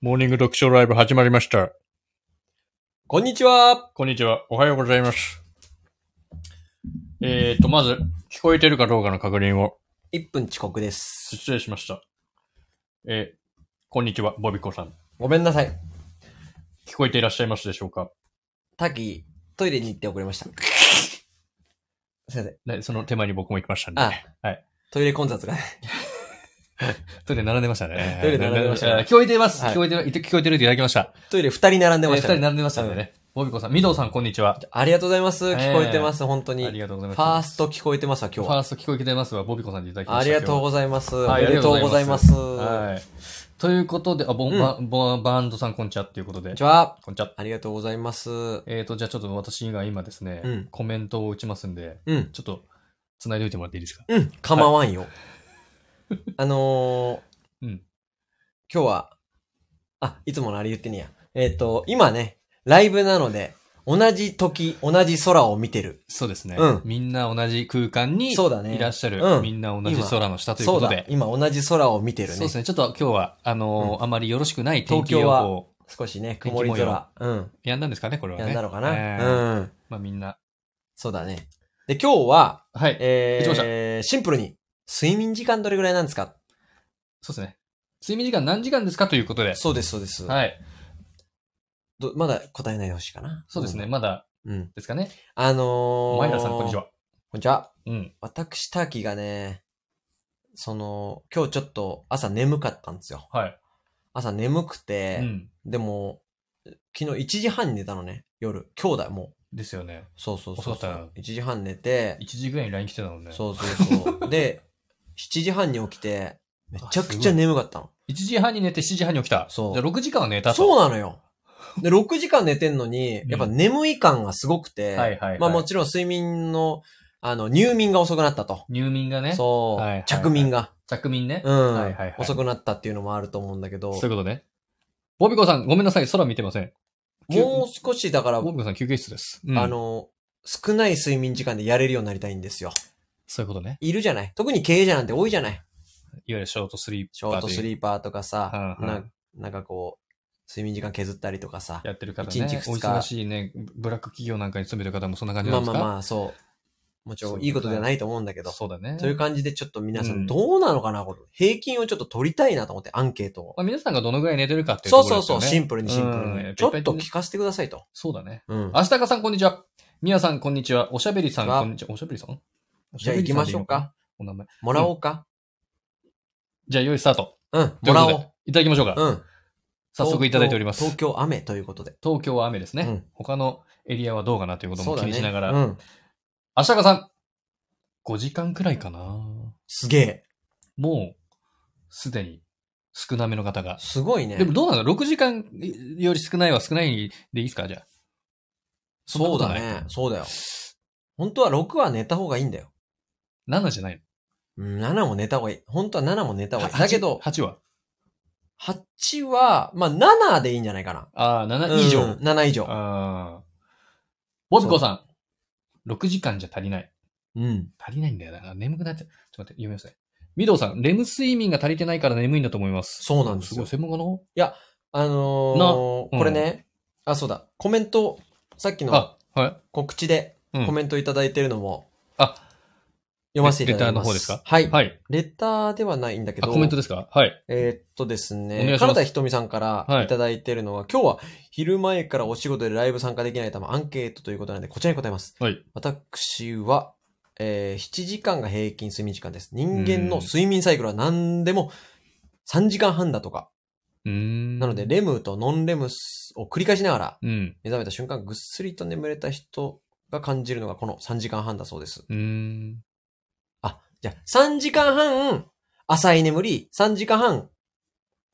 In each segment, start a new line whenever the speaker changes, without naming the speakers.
モーニング読書ライブ始まりました。
こんにちは。
こんにちは。おはようございます。えーと、まず、聞こえてるかどうかの確認を。
1分遅刻です。
失礼しました。えーこんにちは、ボビコさん。
ごめんなさい。
聞こえていらっしゃいますでしょうか
タキ、トイレに行って遅れました。すいません。
ね、その手前に僕も行きましたんで。
あ
はい。
トイレ混雑がね。
トイレ並んでましたね。
トイレ並んでましたね
えー聞こえています。
はい
聞こえて、聞こえてるっていただきました。
トイレ2人並んでまし
え
た
ー二
ね、
人並んでましたんでね。ボビコさん、ミドウさん、こんにちは。
ありがとうございます。
えー
聞こえてます、本当
あり
に。
がとうござい
フ
ます。
ァースト聞こえてますわ、今
フ
日
ァ
は。
ースト聞こえてますわ、ボビコさんでいただきま
あ
した。
りがとう
今
ございます。お
はい
めでとうございます。
日
こ
はい。ということで、あ、ボン、
うん
バボンバンドさん、こんちゃっていうことで。
んにちは。
こんちゃ。
ありがとうございます。う
えーと、じゃあちょっと私が今ですね、
うん
コメントを打ちますんで、
ん。
ちょっと、繋いでおいてもらっていいですか
うん。構わんよ。あの
う
ー、
ん
今日は、あ、いつものあれ言ってねえや。えっ、と、今ね、ライブなので、同じ時、同じ空を見てる。
そうですね、
うん
みんな同じ空間に
そうだね
いらっしゃる、
うん
みんな同じ空の下という
そ
こ
う
と
だ
で、。
今同じ空を見てるね。
そうですね、ちょっと今日は、あのーあまりよろしくない天気予
東京は
報、
少しね、
天
曇
気
り
模様
空。うん。
やんだんですかね、これはね。
やんだのかな、
えー
うん。
まあみんな。
そうだね。で、今日は、
はい、
え
行きま
ー、シンプルに、睡眠時間どれぐらいなんですか
そうですね。睡眠時間何時間ですかということで、
そうです、そうです、
はい、
どまだ答えないでほしいかな。
そうですね、。まだ
うん。
ですかね。
あのー、
マイラさん、こんにち。は。
こんにちは。
うん。
私、ターキーがね、その、今日ちょっと朝眠かったんですよ。
はい。
朝眠くて、
うん。
でも、昨日1時半に寝たのね、夜。今日だよ、もう。
ですよね。
そうそうそ
遅
う
か
そ
ったな
う。1時半寝て
1、時ぐらいに LINE 来てたもんね。
そうそ うそう。で、7時半に起きて、めちゃくちゃ眠かったの。
1時半に寝て7時半に起きた。
そう
じゃあ6時間は寝たと。
そうなのよ。で、6時間寝てんのに、
うん
やっぱ眠い感がすごくて、
はいはいはい
まあもちろん睡眠の、あの、入眠が遅くなったと。
入眠がね。
そう、
はいはいはい
着眠が、
着眠ね。
うん、
はいはいはい
遅くなったっていうのもあると思うんだけど、
そういうことね。ボビコさん、ごめんなさい。空見てません。休
もう少しだから、
ボビコさん休憩室です。うん
あ、の、少ない睡眠時間でやれるようになりたいんですよ。
そういうことね。
いるじゃない特に経営者なんて多いじゃない
いわゆるショートスリー
ショートス
ー
リーパーとかさ、
うんうん
ななんかこう、睡眠時間削ったりとかさ。
やってる方ね。
一日二日
お忙しいね、ブラック企業なんかに勤めてる方もそんな感じ
ま
な
あ
んで
ますあ
か
まあ、そう。もちろんいいことではないと思うんだけど、
そうだね。
という感じでちょっと皆さ
うん
んどうなのかな、これ平均をちょっと取りたいなと思って、アンケートを。
まあ、皆さんがどのぐらい寝てるかっていうと
そう
ころ
そ
で
う
すよ
そう、
ね。
シンプルにシンプ
うん
ル
やっ
に。ち
ぱ
ょ
いぱい
っと聞かせてくださいと。
そうだね。
うん。
あしたかさん、こんにちは。みやさん、こんにちは。おしゃべりさん、
こんにちは
こんにちは。おしゃべりさんお
じゃあ行きましょうか。。
お名前。
もらおうか。
じゃあ、用意スタート。
うん、
とい
も
う
ら
こ
お
とで
う。。
いただきましょうか。
うん。
早速いただいております。
東
東
京東京雨ということで。
京は雨ですね、
うん
他のエリアはどうかなということも気にしながら。
うん。
明日かさん、5時間くらいかな
すげえ。
もう、すでに少なめの方が。
すごいね。
でもどうなの ?6 時間より少ないは少ないでいいですかじゃあ。そんな
そ
こ
う
と
だ
ない
ね。そうだよ。本当は6は寝た方がいいんだよ。
7じゃない
うん、7も寝た方がいい。本当は7も寝た
の
方がいい。
は
だけど、
8は
8は、まあ7でいいんじゃないかな。
ああ、7以
うん
上。
7以上。
ああ。ボビコさん、6時間じゃ足りない。
うん。
足りないんだよな。眠くなっちゃう。ちょっと待って、読みますね。ミドウさん、レム睡眠が足りてないから眠いんだと思います。
そうなんですす
ご
よ
い、。専門家の
あのー
なうん
これね、あ、そうだ、コメント、さっきの
あ、はい。
告知で
うん
コメントいただいてるのも
あ、
読ませてい
レレ
ただき
ターの
ます。
方ですか
はい。
はい。
レターではないんだけ
あ、
ど、
コメントですかはい。
えーっとです
お願
ね
い、します
原田ひとみさんからいただいてるのは、今日は昼前からお仕事でライブ参加できないためアンケートということなので、こちらに答えます。
はい。
私は、えー7時間が平均睡眠時間です。人
うん
間の睡眠サイクルは何でも3時間半だとか。
うーん。
なので、レムとノンレムを繰り返しながら、
うん。
目覚めた瞬間ぐっすりと眠れた人が感じるのがこの3時間半だそうです。
うーん。
あ、じゃあ3時間半浅い眠り、3時間半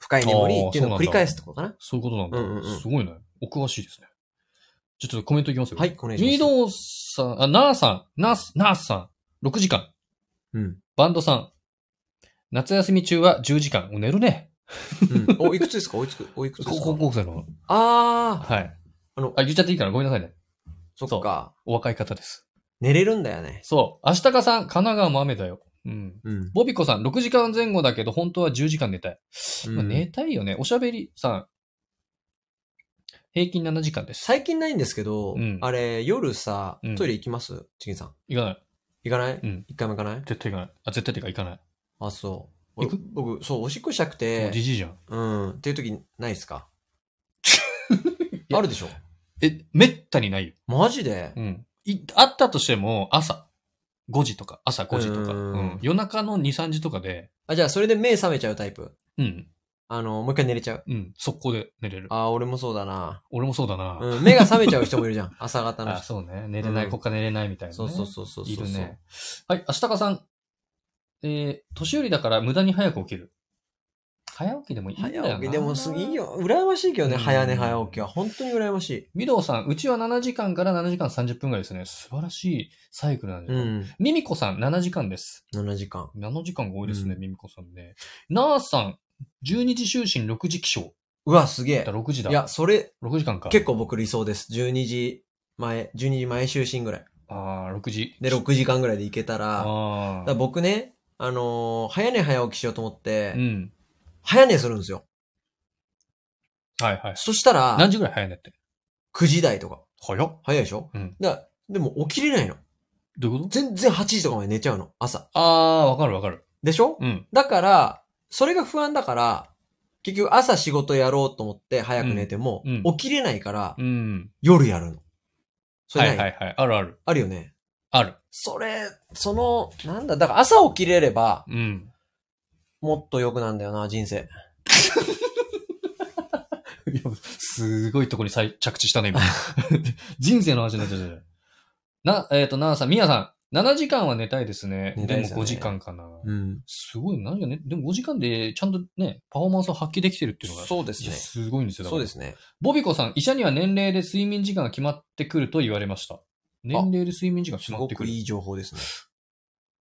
深い眠りっていうのを繰り返すってことかな
そういうことなんだ。
うんうんうん
すごいね。お詳しいですね。ちょっとコメントいきますよ。
はい、お願い
ミ
します。
ドウさん、あ、ナーさん、ナース、ナースさん、6時間。
うん。
バンドさん、夏休み中は10時間。お寝るね。
うんお、いくつですかおいくつ、おいくつで
高
す
校
か
高校生の。
あー、
はい。
あの
あ、言っちゃっていいからごめんなさいね。
そっか。
お若い方です。
寝れるんだよね。
そう。明日かさん、神奈川も雨だよ。うん。
うん。
ボビコさん、6時間前後だけど、本当は10時間寝たい。
うん
まあ寝たいよね。おしゃべりさん、平均7時間です。
最近ないんですけど、
うん
あれ、夜さ
うん、
トイレ行きますチキンさん。
行かない。
行かない
うん。
一回も行かない
絶対行かない。あ、絶対っていうか行かない。
あ、そう。
行く
僕、そう、おしっこしたく
もう
て、
じじいじゃん。
うん、っていう時ないですか
や
あるでしょ
え、めったにないよ。
マジで
うん。いあったとしても、朝。5時とか、朝5時とか。う
うん
ん,、夜中の2、3時とかで、
あ、じゃあそれで目覚めちゃうタイプ
うん。
あの、もう一回寝れちゃう
うん。速攻で寝れる。
あー、俺もそうだな。
俺もそうだな。
うん、目が覚めちゃう人もいるじゃん。朝方の
あ、
人。
そうね。寝れない、
うん
こっから寝れないみたいな、ね。
そうそうそうそうそう。
いるね。。はい、明日かさん。えー、年寄りだから無駄に早く起きる。早起きでもいいんだよな。
早起き、でもすいい。よ。羨ましいけどね、
うん
早寝早起きは。本当に羨ましい。
みどうさん、うちは7時間から7時間30分ぐらいですね。素晴らしいサイクルなんじゃ
う
ない、
ん、
ミミコさん、7時間です。
7時間。
7時間が多いですね、
うん
ミミコさんね。なーさん、12時就寝6時起床。
うわ、すげえ
だ。6時だ。
いや、それ、
6時間か。
結構僕理想です。12時前、12時前就寝ぐらい。
ああ、6時。
で、6時間ぐらいで行けた
あ
ら、だか
あ
ら。僕ね、あのー早寝早起きしようと思って、
うん。
早寝するんですよ。
はいはい。
そしたら
何、時ぐらい早いんだって。
9時台とか。
早っ。
早いでしょ
うん。
だでも起きれないの。
どういうこと
全然8時とかまで寝ちゃうの。朝。
ああ、わかるわかる。
でしょ
うん。
だから、それが不安だから、結局朝仕事やろうと思って早く寝ても、
うんうん
起きれないから、
うん。
夜やるの。そ
は
れない
い、はいはい。あるある。
あるよね。
ある。
それ、その、なんだ、だから朝起きれれば、
うん。
もっと良くなんだよな、人生。
いや、すごいとこにさい着地したね、今。 人生の話になっちゃう。な、えっ、と、なあさん、みやさん、7時間は寝たいですね。
寝
で
たい
も
ですよ
5
ね
時間かな。
うん。
すごい、何がね、でも5時間でちゃんとね、パフォーマンスを発揮できてるっていうのが、
そうです
いや
ね。
すごいんですよ。だか
そ
ら
うで。すね。
ボビコさん、医者には年齢で睡眠時間が決まってくると言われました。年齢で睡眠時間が
す
決ま
ご
ってく
く
る。
いい情報ですね。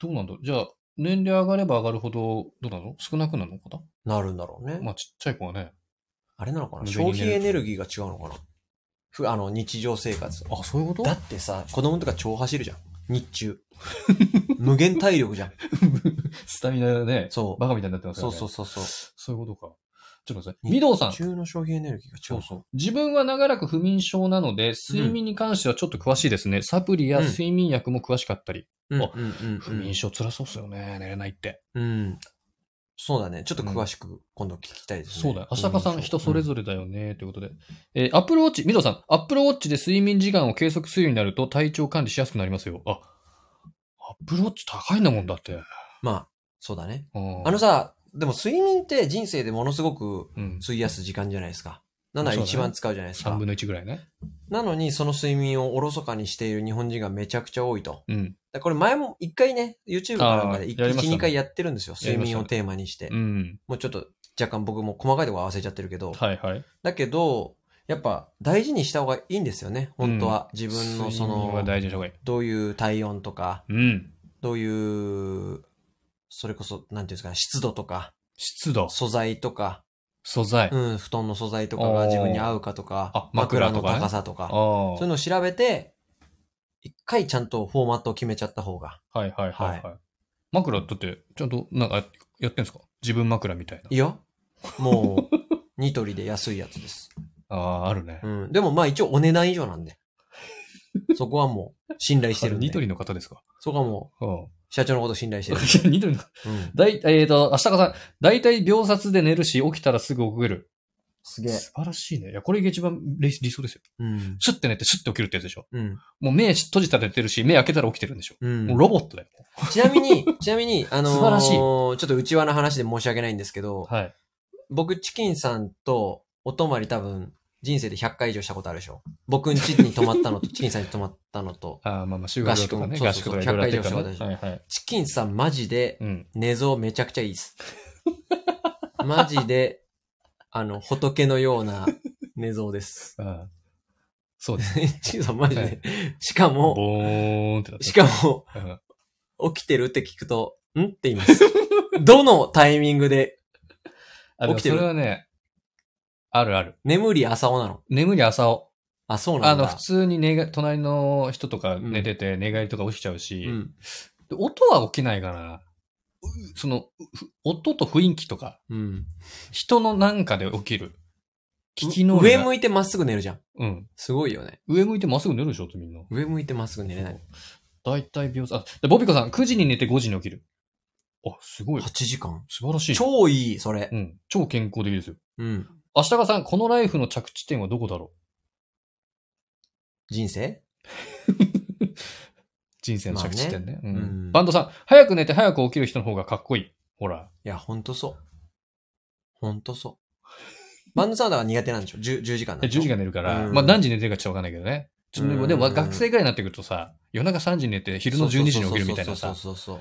どうなんだろうじゃあ、年齢上がれば上がるほど、どうなの少なくなるのかな
なるんだろうね。
まあ、ちっちゃい子はね。
あれなのかな
無限
消
に
費エネルギーが違うのかなふあの、日常生活。
あ、そういうこと
だってさ、子供とか超走るじゃん。日 中。無限体力じゃん。
スタミナね、
そう。
バカみたいになってますよ
そう
ね。
そうそうそう。
そういうことか。ちょっと待ってください。御堂さん
日。中の消費エネルギーが違う。
そう。自分は長らく不眠症なので、睡眠に関してはちょっと詳しいですね。サプリや
うん
睡眠薬も詳しかったり。
うん
あ
うんうんうん
不眠症辛そうっすよね。寝れないって。
うん。そうだね。ちょっと詳しく今度聞きたいですね。
そうだよ。明日かさん人それ
れ。
ぞれだよね。ということで。えー、アップルウォッチ、みどさん、アップルウォッチで睡眠時間を計測するようになると体調管理しやすくなりますよ。あ、アップルウォッチ高いんだもんだって。
まあ、そうだね。
あ
あのさ、でも睡眠って人生でものすごく
うん。
費やす時間じゃないですか。なんなら一番使うじゃないです
3
か。
分の1ぐらいね。
なのに、その睡眠をおろそかにしている日本人がめちゃくちゃ多いと。
うん。
だからこれ前も一回ね、YouTube かなんかで
あー
一、
やりましたね
二回やってるんですよ。
やり
睡
ましたね
眠をテーマにして。
うん。
もうちょっと若干僕も細かいところ合わせちゃってるけど。
はいはい。
だけど、やっぱ大事にした方がいいんですよね。本当は。自分のそ
睡眠は
の、
大事にした方がいい。
どういう体温とか、
うん。
どういう、それこそ、なんていうんですかね、湿度とか、
湿度、
素材とか、
素材。
うん、布団の素材とかが自分に合うかとか、
あ枕
枕
と
の
かね
高さとか、
ああ
そういうのを調べて、一回ちゃんとフォーマットを決めちゃった方が。
はいはいはい、はい、
は
枕だって、ちゃんと、なんか、やってんすか自分枕みたいない
い。よ。もう、 ニトリで安いやつです。
ああ、あるね。
うん。でもまあ一応お値段以上なんで。そこはもう、信頼してるん
ニト
で。
リの方ですか
そこはも
うん。
う、社長のこと信頼して る。
ニトリの方。
うん。
だい、えっ、と、明日かさん、大体秒殺で寝るし、起きたらすぐ起きる。
すげえ。
素晴らしいね。いや、これが一番理理想ですよ。
うん。
シュッて寝て、シュッて起きるってやつでしょ。
うん。
もう目閉じたら寝てるし、目開けたら起きてるんでしょ。
うん。
もうロボットだよ。
ちなみに、 ちなみに、あのー
素晴らしい
ちょっと内輪の話で申し訳ないんですけど、
はい。
僕、チキンさんとお泊まり多分、人生で100回以上したことあるでしょ。僕ん家に泊まっ たのと、チキンさんに泊まったのと、
ああ、まあまあ、修学旅行とかね。合
合
宿
宿そ
とか
うそうそう
いろいろやってるから
100回以上
ね。
した
はいはい。
チキンさんマジで
うん。
寝相めちゃくちゃいいです。マジで、あの、仏のような寝相です。
ああそうです。
チキンさんマジ
は
で
い。
しかも、
ボーンってなって。
しかも、
うん
起きてるって聞くと、んって言います。どのタイミングで、
あ、でも
起きてる
それはね、あるある。
眠り朝尾なの。
眠り朝を。
あ、そうな
あ
んだ。
の、普通に寝が、隣の人とか寝てて、寝返りとか起きちゃうし、
うん。
で音は起きないから、うその、ふ音と雰囲気とか、
うん。
人のなんかで起きる。聞き能
上
力が。
向いてまっすぐ寝るじゃん。
うん。
すごいよね。
上向いてまっすぐ寝るでしょってみんな。
上向いてまっすぐ寝れない。
大体秒差。あ、でボビコさん、9時に寝て5時に起きる。あ、すごい。
8時間
素晴らしい。
超いい、それ
う。ん。超健康的ですよ。
うん。
明日がさん、このライフの着地点はどこだろ
人生
う人生の着地点ね。
ね
うん
うん
バンドさん、早く寝て早く起きる人の方がかっこいい。ほら。
いや、ほんとそう。ほんとそう。バンドさんだから苦手なんでしょ ?10、10時間なん
で
でしょ
10時間寝るから、
うん
まあ何時寝てるかちょっとわかんないけどね。ちょっとでも
うん
でも学生ぐらいになってくるとさ、夜中3時に寝て昼の12時に起きるみたいな
そう
さ。
そうそうそうそうそう。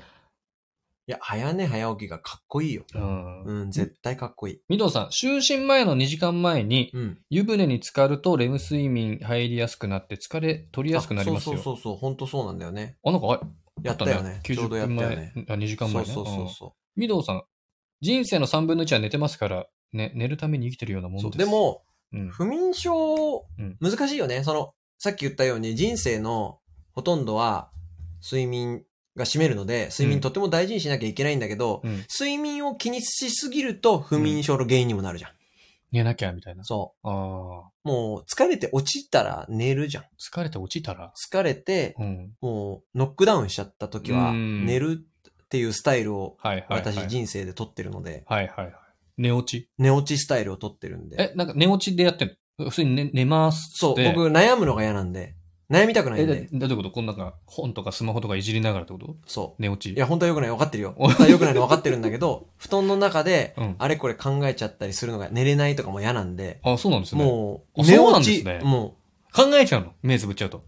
いや、早寝早起きがかっこいいよ。
うん。
うん、絶対かっこいい。
みどさん、就寝前の2時間前に
うん。
湯船に浸かるとレム睡眠入りやすくなって疲れ取りやすくなります
あ
よ。
そうそうそうそう、ほんとそうなんだよね。
あ、なんかあ
やったよね。ちょ
90
うどやった
分
よ
前、
ね。
あ2時間前ね。
そうそうそう
うん
そう。
みどさん、人生の3分の1は寝てますから、ね、寝るために生きてるようなもん
そう
です。
で、も、
うん、
不眠症
うん、
難しいよね。その、さっき言ったように人生のほとんどは睡眠が占めるので、睡
う
眠
ん
とても大事にしなきゃいけないんだけど、
うん
睡眠を気にしすぎると不眠症の原因にもなるじゃん。
寝なきゃみたいな。
そ
ああ、
う。もう疲れて落ちたら寝るじゃん。
疲れて落ちたら、
疲れて、
うん。
もうノックダウンしちゃった時は、
うん
寝るっていうスタイルを
はいはい、はい。
私人生で取ってるので、
はいはいはい。寝落ち
寝落ちスタイルを取ってるんで。
え、なんか寝落ちでやってんの普通に寝寝ますっつ
そう、
って。
僕悩むのが嫌なんで、悩みたくない
え、
ん
だ
で
だ、どういうことこんなんか本とかスマホとかいじりながらってこと
そう。
寝落ち。
いや、本当は良くない。分かってるよ。本当は良くないの分かってるんだけど、 布団の中で、
うん。
あれこれ考えちゃったりするのが寝れないとかも嫌なんで、
あ、そうなんですね。
もう、
あ
寝
そうな
落
んで
ち、
すね
も
考えちゃうの目つぶっちゃうと。
う、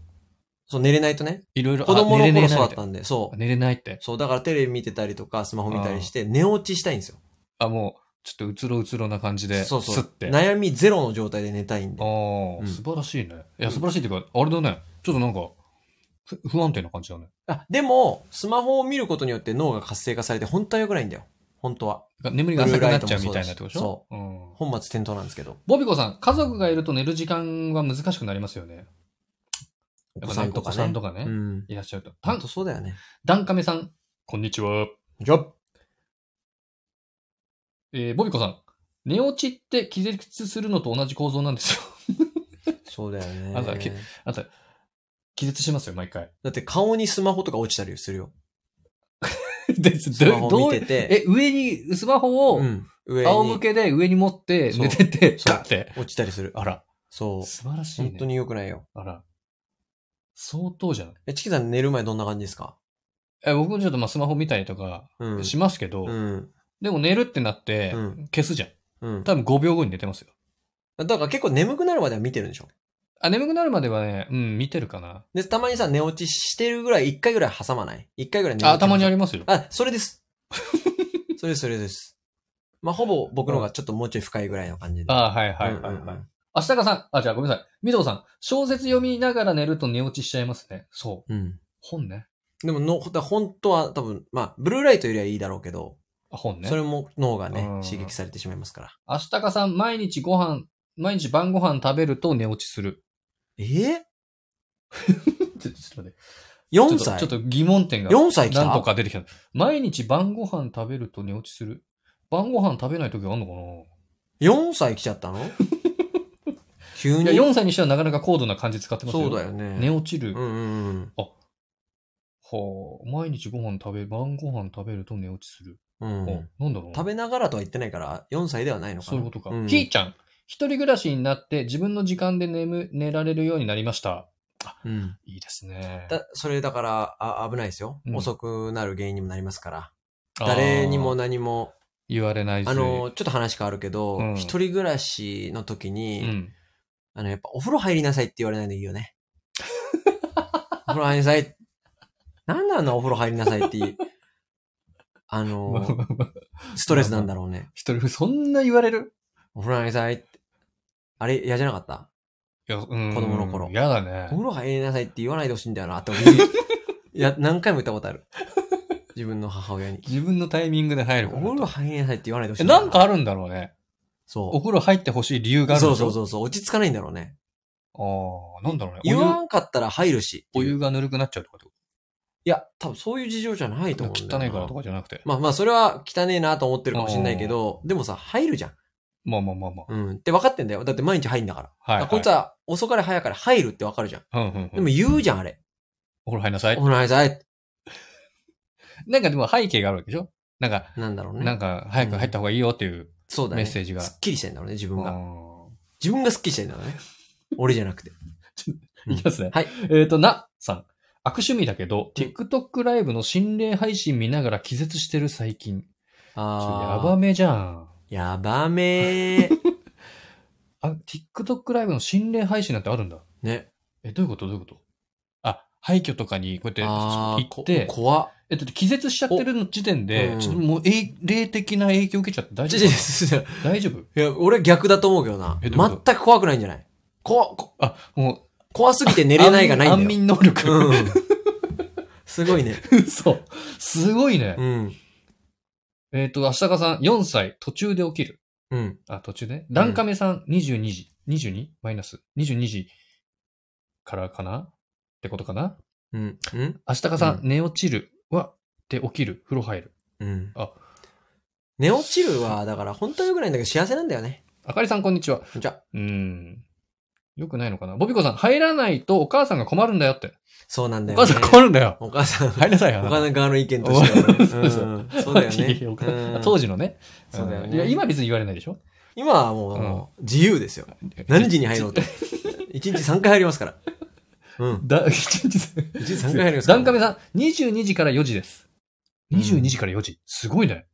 そう、寝れないとね。
いろいろ。
子供
あ
の
寝れね
頃
えな
そう
み
だった
い
た
なん
で、そう。
寝れないって。
そう、だからテレビ見てたりとか、スマホ見たりして、寝落ちしたいんですよ。
あ、もう、ちょっとうつろうつろな感じで、
そうそ
スッ
う。
て。あ
悩みゼロの状態で寝たいんで
あ。ー、
うん
素晴らしいね。いや、素晴らしいっていうか、あれだね。ちょっとなんか、ふ不安定な感じだね。
あ、でも、スマホを見ることによって脳が活性化されて、本当は良くないんだよ。本当は。
なんか眠りが浅くなっちゃうみたいなってことでしょ
ブルーライトも
う。うん。
本末転倒なんですけど。
ボビコさん、家族がいると寝る時間は難しくなりますよね。
お子さんとかね。
やっぱねお子さんとかね
うん。
いらっしゃると。た
本当そうだよね。
ダンカメさん、こんにちは。
じゃあ
えー、ボビコさん、寝落ちって気絶するのと同じ構造なんですよ。
そうだよね。
あんたけあんた、気絶しますよ、毎 回。
だって顔にスマホとか落ちたりするよ。
で
スマ
ど
ホ
う
見てて。
え、上に、スマホを、
うん。上
仰向
に
けで上に持って
そう
寝てて、
そう
だって。
落ちたりする。
あら、
そう。
素晴らしい、ね。
本当に良くないよ。
あら。相当じゃない。
え、チキさん寝る前どんな感じですか
え、僕もちょっとまあスマホ見たりとか
うん。
しますけど、
うん。
でも寝るってなって
うん、
消すじゃん。
うん。
多分5秒後に寝てますよ。
だから結構眠くなるまでは見てるんでしょ
あ、眠くなるまではね、うん、見てるかな。
で、たまにさ、寝落ちしてるぐらい、一回ぐらい挟まない一回ぐらい寝落ち
あ、たまにあ
る。
りますよ。
あ、それです。 それです、それです。まあ、ほぼ僕の方がちょっともうちょい深いぐらいの感じで。
あ、はいはい
うん
は
う
い
んう
はい。
ん
明日かさん、あ、じゃあごめんなさい。みどさん、小説読みながら寝ると寝落ちしちゃいますね。そう。
うん。
本ね。
でもの、だ本当は多分、まあ、ブルーライトよりはいいだろうけど、
あ、本ね。
それも脳がね
うん、
刺激されてしまいますから。
明日かさん、毎日ご飯、毎日晩ご飯食べると寝落ちする。
ええ
ちょちょっと待って。
?4
ちょっ
歳
とちょっと疑問点が。
?4 歳来た
何個か出てきた。毎日晩ご飯食べると寝落ちする。晩ご飯食べない時あんのかな
?4 歳来ちゃった の急に
いや、4歳にしてはなかなか高度な漢字使ってますよ。
そうだよ
寝
ね。
落ちる。
うんうんうん。
はあ、毎日ご飯食べ、晩ご飯食べると寝落ちする。
うん
あなんだろうな
食べながらとは言ってないから、4歳ではないのかな。
そういうことか。
ん
ひーちゃん、一人暮らしになって自分の時間で眠、寝られるようになりました。
うん
いいですね。
だそれだからあ、危ないですよ
う。ん
遅くなる原因にもなりますから。誰にも
あー
何も、
言われないし。
あの、ちょっと話変わるけど
うん、
一人暮らしの時
う
に、
ん。
あの、やっぱお風呂入りなさいって言われないのいいよね。お風呂入りなさい。なんであんなお風呂入りなさいっていう、あの、ストレスなんだろうね。
一人、そんな言われる
お風呂入りなさいって。あれ、嫌じゃなかった
いや、うん。
子供の頃
嫌だ
お風
ね。
呂入りなさいって言わないでほしいんだよなって俺にいや、何回も言ったことある。自分の母親に。
自分のタイミングで入る
お風呂入りなさいって言わないでほしい
えなんかあ
る
るんだろうね。お
そ
風呂入ってほしい理由が
う。
あるんで
そう
し
そ
ょ
うそうそう。落ち着かないんだろうね。
ああ、なんだろうね。
言わんかったら入るし。
お湯、お湯がぬるくなっちゃうとかってこ
いや、多分そういう事情じゃない
と
と思うんだよ
汚
な。
いからとかじゃなくて。
まあまあ、それは汚ねえなと思ってるかもしれないけど、でもさ、入るじゃん。
まあまあまあまあ。
うん。って分かってんだよ。だって毎日入んだから。
はい、は
あこいつは遅かれ早かれ入るって分かるじゃん。
うんうん
で
うん
も。言うじゃん、あれ。
お風呂入りなさい
お。風呂入りなさい。
なんかでも背景があるわけでしょなんか、
なんだろうね。
なんか早く入った方がいいよっていう
そうだね。
メッセージが
すっきりしてんだろうね、自分が。
い
自分がすっきりしてんだろうね。俺じゃなくて。
きますね。
はい。
えっ、と、な、さん。悪趣味だけど、TikTok ライブの心霊配信見ながら気絶してる最近。ちょ
あ
や
ー
ばめじゃん。
やばめ ー。
あ、TikTok ライブの心霊配信なんてあるんだ。
ね。
え、どういうことどういうことあ、廃墟とかにこうや
あ
って行
ー
っ
こ
て、
怖っ。
えっと、気絶しちゃってるの時点で、
うん
ちょっともう、えい霊的な影響受けちゃって大
ち
丈
ょちょ
夫
ちょ
大丈夫
いや、俺逆だと思うけどな。
え
全
どういうこ
く怖くないんじゃないここ
あ、も
怖すぎて
う、
寝れないがないん
安
だよ。
眠安眠能力。
うん。すごいね。
そう。すごいね。
うん。
えっ、と、明日かさん、4歳、途中で起きる。
うん。
あ、途中ね。ダンカメさん、22時、22? マイナス。22時からかなってことかな
うん。うん。
明日かさん、
う
寝落ちる。は、で起きる。風呂入る。
うん。
あ
寝落ちるは、だから本当は良くないんだけど幸せなんだよね。
あかりさん、こんにちは。
じゃあ
うーん。よくないのかなボビコさん、入らないとお母さんが困るんだよって。
そうなんだ
お
よ
母さ
ね
ん。困るんだよ。
お母さん。
入りなさいよ。あな
他
た
の側の意見としてはね。うんそうだ よね
お母さん
うん。
当時のね。
そうだよね
んいや、今別に言われないでしょ
今はもう、
うん
もう自由ですよ。何時に入ろう と。一日3回入りますから。うん。
だ、 一日
一日3回入りますから。
段壁さん、22時から4時です。
うん
22時から4時。すごいね。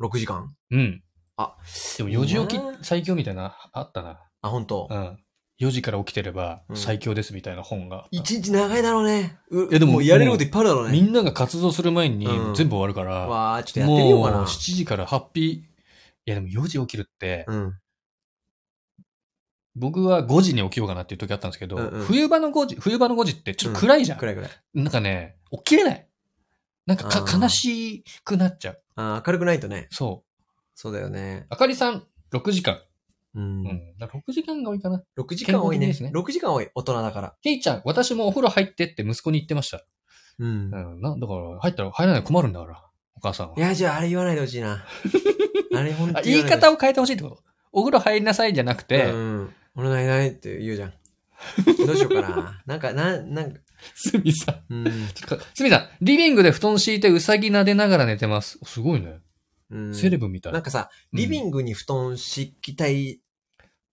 6時間
うん。
あ、
でも4時起
い
き
いな
最強みたいな、あったな。
あ、本当。
うん。4時から起きてれば
うん
最強ですみたいな本があった。
一日長いだろうね。う
やでも
うやれることいっぱいあるだろう
み
ね。
んなが活動する前に
うん
全部終わるから、
わあちょっとやってみよう
もう
かな
7。時からハッピー、いやでも4時起きるって、
うん。
僕は5時に起きようかなっていう時あったんですけど、
うんうん
冬場の5時、冬場の5時ってちょっと暗いじゃん。
くらいくらい。
なんかね、起きれない。なんかか
あー
悲しくなっちゃう。
あー明るくないとね。
そ
そうだよね
う。。あかりさん、6時間。う
う。
んん。だから6時間が多いかな。
6時間多い
健康的
ね
ですね。
6時間多い。大人だから。
ケイちゃん、私もお風呂入ってって息子に言ってました。
うん
う。ん。な、だから、入ったら入らない困るんだから、お母さん
い
は。
や、じゃああれ言わないでほし いな。あれ本当
あ言い方
を。
を変えてほしいってことお風呂入りなさいじゃなく
う
て、
ん。俺ないないって言うじゃん。どうしようかな。なんか、な、なんか、
すみさん。
うん。
ちょっとすみさん、リビングで布団敷いてうさぎ撫でながら寝てます。すごいね。
うん
セレブみたい。
なんかさ、リビングに布団敷きたい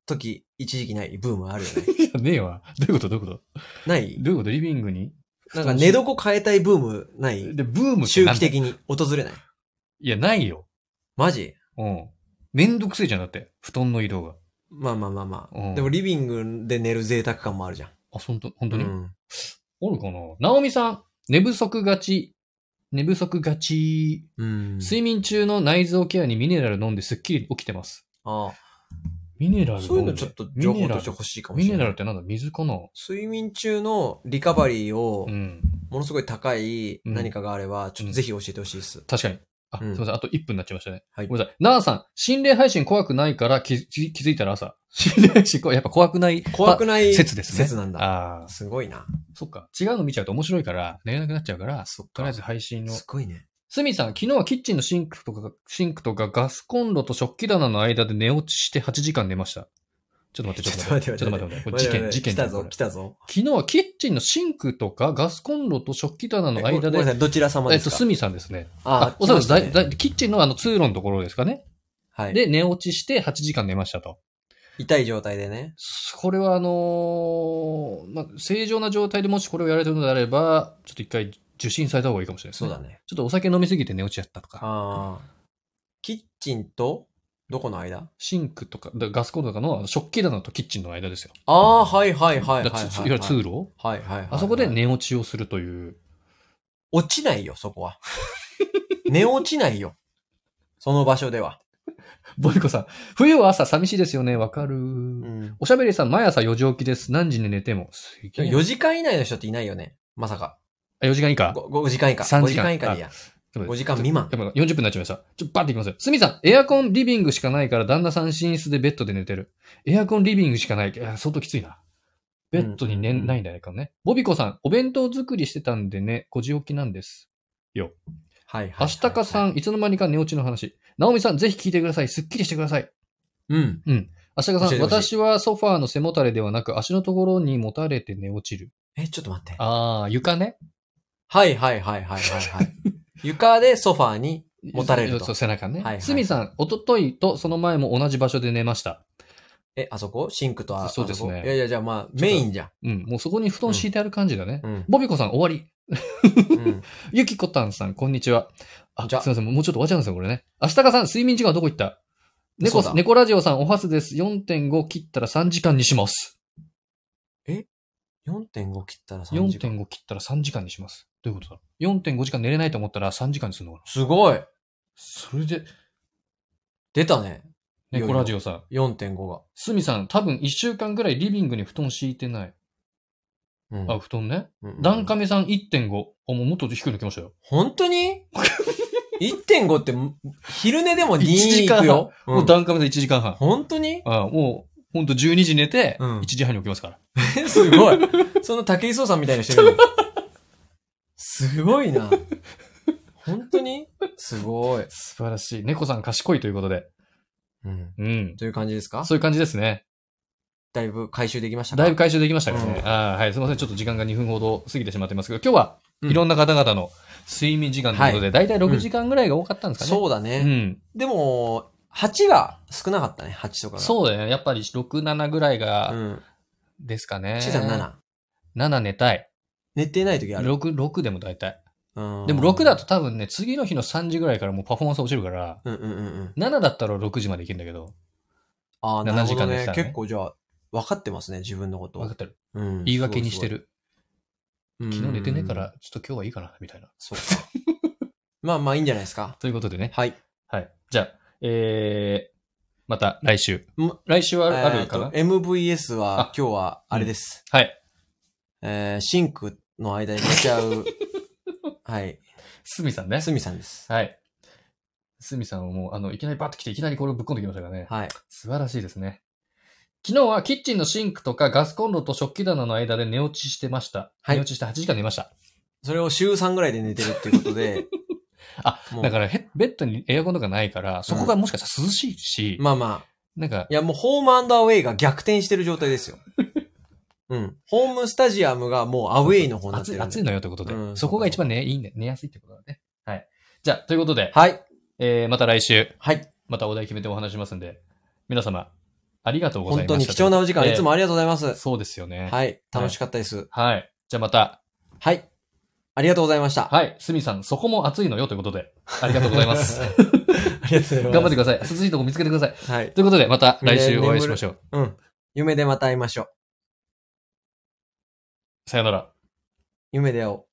時、一時期ないブームあるよね。
いやねえわ。どういうことどういうこと
ない
どういうことリビングに
なんか寝床変えたいブームない
で、ブームって
周
なんだ
期的に訪れない。
いや、ないよ。
マジ
うん。めんどくせえじゃん、だって。布団の移動が。
まあまあまあま
うん
あ。でもリビングで寝る贅沢感もあるじゃん。
あ、ほんと、本当
う
に、
ん。
おるかなナオミさん、寝不足がち。寝不足がち。
うん。
睡眠中の内臓ケアにミネラル飲んですっきり起きてます。
あ
ミネラ
あ。
ル飲んで
そういうのちょっと情報として欲しいかもし
ミネ
れな
ラ
い
ルっ。てなんだ水かな
睡眠中のリカバリーを
う、ん。
ものすごい高い
うん
何かがあれば、ちょっとぜひ教えてほしいです。
確かに。あ、
うん
すいません。あと1分になっちゃいましたね。
はい
ごめんなさい。なあさん、心霊配信怖くないから気づ気気づいたら朝。心霊配信怖いやっぱ怖くない。
怖く
な
ない
い説ですね。
説なんだ。
ああ。
すごいな。
そっか。違うの見ちゃうと面白いから、寝れなくなっちゃうから、
そっか
とりあえず配信の
すごいね。
すみさん、昨日はキッチンのシンクとか、シンクとかガスコンロと食器棚の間で寝落ちして8時間寝ました。ちょっと待って、ちょっと待って、ちょ
ちょ
っ
っ
と待
と待
って、これ
待
事
って
件、
待
事
って
件
来
だよ
たぞ、
これ
来たぞ。
昨日はキッチンのシンクとかガスコンロと食器棚の間
えごめんな
で、
さいどちら様
え
で
っ
す
と、
か
すみさんですね。
あ
あ、おそらくだ
来ま
い、
したね
だいキッチンのあの通路のところですかね。
はい。
で、寝落ちして8時間寝ましたと。
痛い状態でね。
これはあのーまあ、正常な状態でもしこれをやられてるのであれば、ちょっと一回受診された方がいいかもしれないです
そ
ね。
うだね。
ちょっとお酒飲みすぎて寝落ちやったとか。
ああ。キッチンと、どこの間
シンクとか、だガスコンロとかのあの食器棚とキッチンの間ですよ。
ああ、はいはいはいはい
だ
は
からつついわ
い。
ゆる通路、
はいはいはい。
あそこで。寝落ちをするという。
落ちないよ、そこは。 寝落ちないよ。その場所では。
ボリコさん、冬は朝寂しいですよね。わかる、
うん。
おしゃべりさん、毎朝4時起きです。何時に寝ても。すげえ。
4時間以内の人っていないよね。まさか。
あ4時間以下。
5, 時間以下。
3
5
時
時
間
間以下でいいや。5時間未満
でも40分になっちゃいました。ちょ、バッていきますよ。すみさん、エアコンリビングしかないから旦那さん寝室でベッドで寝てる。エアコンリビングしかない。いや、相当きついな。ベッドに寝
うん
ないんだよねかね。ボビコさん、お弁当作りしてたんでね、5時起きなんです。
はいはいはいは
明
い。
日かさん、いつの間にか寝落ちの話。ナオミさん、ぜひ聞いてください。すっきりしてください。
うん。
あしかさ
教え
ん、
てほしい
私はソファーの背もたれではなく足のところにもたれて寝落ちる。
え、ちょっと待って。
ああ、床ね。
はいはいはいはいはい はい。床でソファーに、もたれると
そう、背中ね。
はいはい
すみさん、おとといとその前も同じ場所で寝ました。
え、あそこシンクとあ
そうですね
あそこいやいや、じゃあまあ、メインじゃん。
うん、もうそこに布団敷いてある感じだね。
うん。
ボビコさん、終わり。
うん、
ゆきこたんさん、こんにちは。あ、
じゃあ
すみません、もうちょっと終わっちゃうんですよ、これね。明日かさん、睡眠時間どこ行った猫
そうだ、
猫ラジオさん、おはすです。4.5切ったら3時間にします。
4.5切ったら3時間。
4.5切ったら3時間にします。どういうことだろう ?4.5 時間寝れないと思ったら3時間にするのかな
すごい
それで、
出たね。いよいよ
猫ラジオさん。
4.5が。
すみさん、多分1週間ぐらいリビングに布団敷いてない。
うん
あ、布団ね。
うんうん
ダンカメさん1.5。あ、もうもっと低いの来ましたよ。
本 当に ?1.5 って、昼寝でも2
一時
に
間
行くよ。
も
う、
うんダンカメさん1時間半。
本当に
あもう、ほんと12時寝て、
うん
1時半に起きますから。
すごい。そんな武井壮さんみたいにしてるのすごいな。本当にすごい。
素晴らしい。猫さん賢いということで。
うん。
うん。
という感じですか
そういう感じですね。
だいぶ回収できましたか
だいぶ回収できましたけどね。
うん
あーはい。すみません。ちょっと時間が2分ほど過ぎてしまってますけど、今日は
うん
いろんな方々の睡眠時間ということで、だいたい6時間ぐらいが多かったんですかね。
そうだね。
うん。
でも、8が少なかったね、8とかが。う。
そうだよね。やっぱり6、7ぐらいが
ん。
ですかね。
ちいさん7。
7寝たい。
寝てない時ある。
6、6でも大体。
うん
でも6だと。多分ね、次の日の3時ぐらいからもうパフォーマンス落ちるから、
うんうんうんうん。
7だったら6時までいけるんだけど、
ああ、なるほ
7時
ど
間でし
ね
たね
結構じゃあ、分かってますね、自分のこと
分か
を
っ。てる。
うん
言い訳にして。る。昨
すごいすご
日寝てねえか。
うん
ら、ちょっと今日はいいかな、みたいな。
そうか。 まあまあいいんじゃないですか。
ということでね。
はい。
はい。じゃあ、えー、また来週
む。
来週はあるか
えー
な
と ?MVS は
あ
今日はあれです。
はい。
えーシンクの間に寝ちゃ う。はい。
すみさんね。
すみさんです。
はい。すみさんをもう、あの、いきなりバッと来て、いきなりこれをぶっ込んできましたからね。
はい。
素晴らしいですね。昨日はキッチンのシンクとかガスコンロと食器棚の間で寝落ちしてました。
はい
寝落ちして8時間寝ました。。
それを週3ぐらいで寝てるっていうことで
あ、
もう
だからへ、ベッドにエアコンとかないから、そこがもしかしたら涼しいし、
まあまあ。
なんか
い、や、もうホームアウェイが逆転してる状 態ですよ。うん。ホームスタジアムがもうアウェイの方になって
暑
るん
い、
で。
暑いのよってことで、
うん
そこが一番ね、いいんで、寝やすいってことだね。はい。じゃあ、ということで、
はい。
えー、また来週、
はい。
またお題決めてお話しますんで、皆様、ありがとうござい
本
ました。
当に貴重なお時間、
ええ
いつもありがとうございます。
そうですよね。はい。
はい。楽しかったです。
じゃあまた、
はい。ありがとうございました。
はい、すみさん、そこも暑いのよということで、ありがとうございます
あ。りがとうございます。
頑張ってください。涼しいとこ見つけてください。
くはい。
ということで、また来週お会いしましょう。
うん。夢でまた会いましょう。
さよなら。
夢で会おう。